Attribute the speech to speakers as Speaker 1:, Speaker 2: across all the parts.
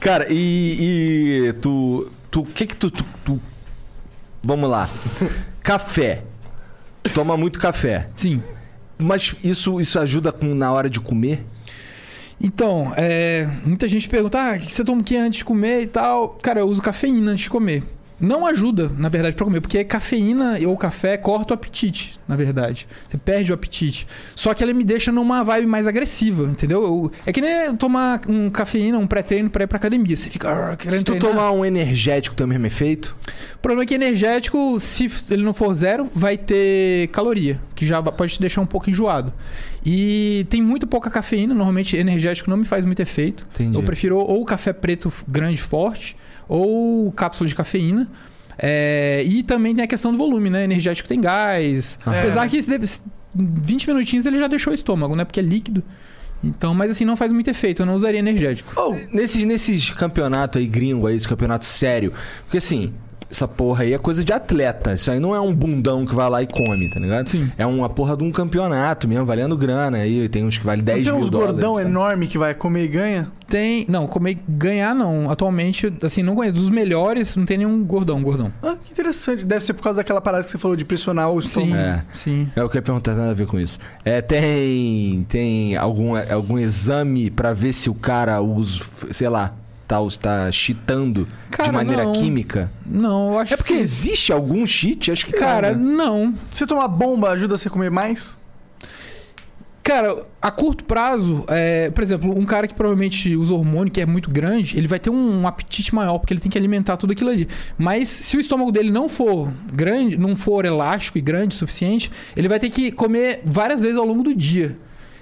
Speaker 1: Cara, e, e tu. Tu. O que que tu, tu- tu- Vamos lá. Café. Toma muito café.
Speaker 2: Sim.
Speaker 1: Mas isso, isso ajuda com- na hora de comer?
Speaker 2: Então, é, muita gente pergunta, ah, o que você toma o que antes de comer e tal? Cara, eu uso cafeína antes de comer. Não ajuda, na verdade, pra comer, porque é cafeína ou café corta o apetite, na verdade. Você perde o apetite. Só que ela me deixa numa vibe mais agressiva, entendeu? Eu- é que nem tomar um cafeína, um pré-treino pra ir pra academia. Você fica "Arr, querendo
Speaker 1: Se tu
Speaker 2: treinar.
Speaker 1: tomar um energético tem o mesmo efeito?
Speaker 2: O problema é que energético, se ele não for zero, vai ter caloria, que já pode te deixar um pouco enjoado. E tem muito pouca cafeína, normalmente energético não me faz muito efeito.
Speaker 1: Entendi.
Speaker 2: Eu prefiro ou café preto grande forte, ou cápsula de cafeína. É, e também tem a questão do volume, né? Energético tem gás.
Speaker 1: É.
Speaker 2: Apesar que esse deve- 20 minutinhos ele já deixou o estômago, né? Porque é líquido. Então, mas assim, não faz muito efeito, eu não usaria energético.
Speaker 1: Nesses, nesses campeonatos aí, gringo aí, esse campeonato sério. Porque assim, essa porra aí é coisa de atleta. Isso aí não é um bundão que vai lá e come, tá ligado?
Speaker 2: Sim.
Speaker 1: É uma porra de um campeonato mesmo, valendo grana aí. Tem uns que vale 10
Speaker 3: Tem
Speaker 1: mil
Speaker 3: uns
Speaker 1: dólares.
Speaker 3: gordão é
Speaker 1: sabe?
Speaker 3: enorme que vai comer e ganha.
Speaker 2: Tem. Não, comer, ganhar não. Atualmente, assim, não conheço. Dos melhores, não tem nenhum gordão, gordão.
Speaker 3: Ah, que interessante. Deve ser por causa daquela parada que você falou de pressionar o
Speaker 2: Sim,
Speaker 3: estômago.
Speaker 1: É.
Speaker 2: sim.
Speaker 1: É o que eu ia perguntar, nada a ver com isso. É, tem tem algum, algum exame pra ver se o cara usa, sei lá, tá, tá cheatando
Speaker 2: Cara,
Speaker 1: de maneira
Speaker 2: não.
Speaker 1: química?
Speaker 2: Não, eu acho
Speaker 1: É porque
Speaker 2: que-
Speaker 1: existe algum cheat? Acho que
Speaker 2: Cara,
Speaker 1: não, né?
Speaker 2: não.
Speaker 3: Você tomar bomba ajuda você a comer mais?
Speaker 2: Cara, a curto prazo, é, por exemplo, um cara que provavelmente usa hormônio, que é muito grande, ele vai ter um apetite maior, porque ele tem que alimentar tudo aquilo ali. Mas se o estômago dele não for grande, não for elástico e grande o suficiente, ele vai ter que comer várias vezes ao longo do dia.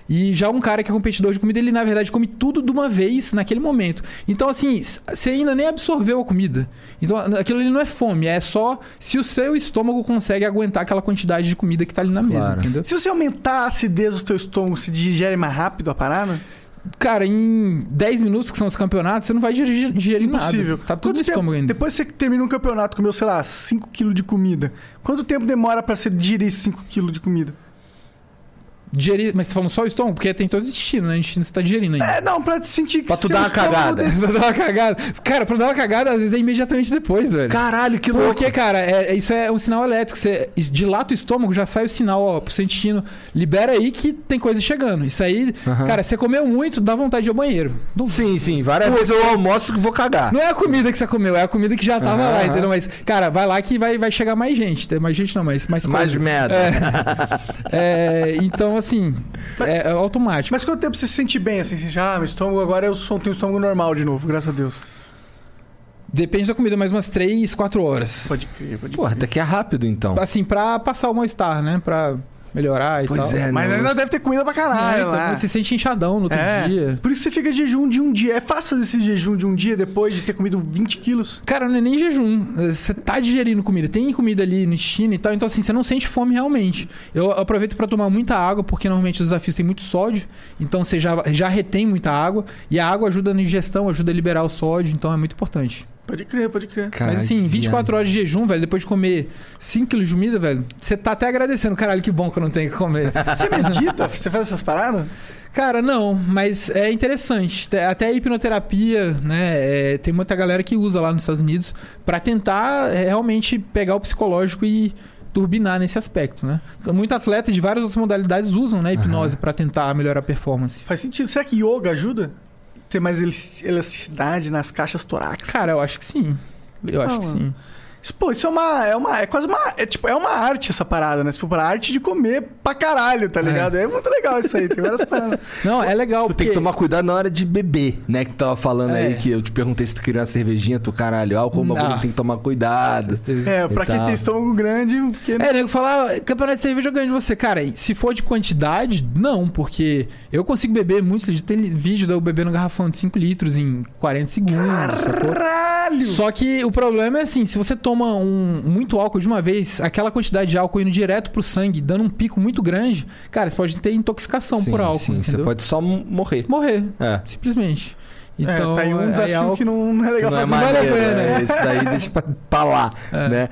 Speaker 2: E já um cara que é competidor de comida, ele na verdade come tudo de uma vez naquele momento. Então, assim, s- você ainda nem absorveu a comida. Então, aquilo ali não é fome, é só se o seu estômago consegue aguentar aquela quantidade de comida que tá ali na mesa,
Speaker 1: Claro.
Speaker 2: entendeu?
Speaker 3: Se você aumentar a acidez do teu estômago, se digere mais rápido a parada?
Speaker 2: Cara, em 10 minutos, que são os campeonatos, você não vai digerir, digerir
Speaker 3: Impossível.
Speaker 2: nada. Tá tudo no
Speaker 3: Quanto tempo-
Speaker 2: estômago ainda.
Speaker 3: Depois que você termina um campeonato, comeu, sei lá, 5kg de comida. Quanto tempo demora pra você digerir 5kg de comida?
Speaker 2: Digerir, mas você tá falando só o estômago? Porque tem todo o intestino, né? O intestino você tá digerindo ainda.
Speaker 3: É, não, pra sentir que
Speaker 1: Pra tu
Speaker 3: seu
Speaker 1: dar uma
Speaker 3: estômago
Speaker 1: cagada.
Speaker 3: desceu.
Speaker 2: pra dar uma cagada. Cara, pra dar uma cagada, às vezes é imediatamente depois, velho.
Speaker 1: Caralho, que louco.
Speaker 2: Porque, cara, é- é- isso é um sinal elétrico. Você dilata o estômago, já sai o sinal, ó, pro seu intestino. Libera aí que tem coisa chegando. Isso aí,
Speaker 1: Aham.
Speaker 2: cara, você comeu muito, dá vontade de ir ao banheiro. Não
Speaker 1: Sim, sim. Várias vezes eu almoço que vou cagar.
Speaker 2: Não é a comida que você comeu, é a comida que já tava
Speaker 1: Aham,
Speaker 2: lá,
Speaker 1: aham.
Speaker 2: entendeu? Mas, cara, vai lá que vai, vai chegar mais gente. tá? Mais gente não, mas mais
Speaker 1: Mais
Speaker 2: coisa.
Speaker 1: merda.
Speaker 2: É, é, então, assim, é, é automático.
Speaker 3: Mas quanto tempo você se sente bem, assim? Você já, ah, meu estômago, agora eu sou- tenho estômago normal de novo, graças a Deus.
Speaker 2: Depende da comida, mais umas 3, 4 horas.
Speaker 3: Pode crer, pode
Speaker 1: Porra,
Speaker 3: crer.
Speaker 1: até que é rápido então.
Speaker 2: Assim, pra passar o mal-estar, né? Pra melhorar e
Speaker 1: Pois
Speaker 2: tal.
Speaker 1: é,
Speaker 3: Mas
Speaker 1: não, É,
Speaker 3: ainda
Speaker 1: eu-
Speaker 3: deve ter comida pra
Speaker 2: Ah,
Speaker 3: caralho lá.
Speaker 2: então, você se sente inchadão no outro
Speaker 3: É,
Speaker 2: dia.
Speaker 3: por isso você fica de jejum de um dia. É fácil fazer esse jejum de um dia depois de ter comido 20 quilos?
Speaker 2: Cara, não é nem jejum. Você tá digerindo comida. Tem comida ali no intestino e tal. Então, assim, você não sente fome realmente. Eu aproveito pra tomar muita água, porque normalmente os desafios têm muito sódio. Então, você já, já retém muita água. E a água ajuda na digestão, ajuda a liberar o sódio. Então, é muito importante.
Speaker 3: Pode crer, pode crer.
Speaker 1: Caralho,
Speaker 2: Mas, assim,
Speaker 1: que
Speaker 2: 24 horas de jejum, velho, depois de comer 5 quilos de comida, velho, você tá até agradecendo. Caralho, que bom que eu não tenho que comer.
Speaker 3: Você medita? você faz essas paradas?
Speaker 2: Cara, não, mas é interessante. Te- Até a hipnoterapia, né? é, tem muita galera que usa lá nos Estados Unidos pra tentar é, realmente pegar o psicológico e turbinar nesse aspecto, né? Muito atleta de várias outras modalidades usam, né, a hipnose pra tentar melhorar a performance.
Speaker 3: Faz sentido. Será que yoga ajuda? Ter mais elas- elasticidade nas caixas torácicas?
Speaker 2: Cara, eu acho que sim. Eu
Speaker 3: Legal,
Speaker 2: acho que sim.
Speaker 3: Isso, Pô, isso é uma. É, uma, é quase uma. É, tipo, é uma arte essa parada, né? Se for pra arte de comer pra caralho, tá ligado? É, muito legal isso aí. Tem várias paradas.
Speaker 2: Não, é legal.
Speaker 1: Tu tem que
Speaker 2: porque-
Speaker 1: tomar cuidado na hora de beber, né? Que tu tava falando
Speaker 2: É.
Speaker 1: aí que eu te perguntei se tu queria uma cervejinha, tu caralho, álcool, é um bagulho
Speaker 2: Ah.
Speaker 1: que tem que tomar cuidado.
Speaker 3: É, pra
Speaker 1: E
Speaker 3: quem
Speaker 1: tal.
Speaker 3: tem estômago grande, um porque.
Speaker 2: É, nego falar, campeonato de cerveja eu ganho de você. Cara, e se for de quantidade, não, porque eu consigo beber muitos litros. Tem vídeo de eu bebendo um garrafão de 5 litros em 40 segundos, sacou?
Speaker 3: Caralho!
Speaker 2: Só que o problema é assim, se você toma um, muito álcool de uma vez, aquela quantidade de álcool indo direto pro sangue, dando um pico muito grande, cara, você pode ter intoxicação
Speaker 1: Sim,
Speaker 2: por álcool,
Speaker 1: sim,
Speaker 2: entendeu?
Speaker 1: você pode só m- morrer.
Speaker 2: morrer,
Speaker 1: É.
Speaker 2: simplesmente. Então,
Speaker 3: é, tá aí um desafio
Speaker 2: álcool-
Speaker 3: que não, não é legal
Speaker 1: Não é
Speaker 3: fazer.
Speaker 2: vale a É.
Speaker 1: maneiro,
Speaker 2: pena.
Speaker 1: né? Isso daí deixa pra, pra lá, né?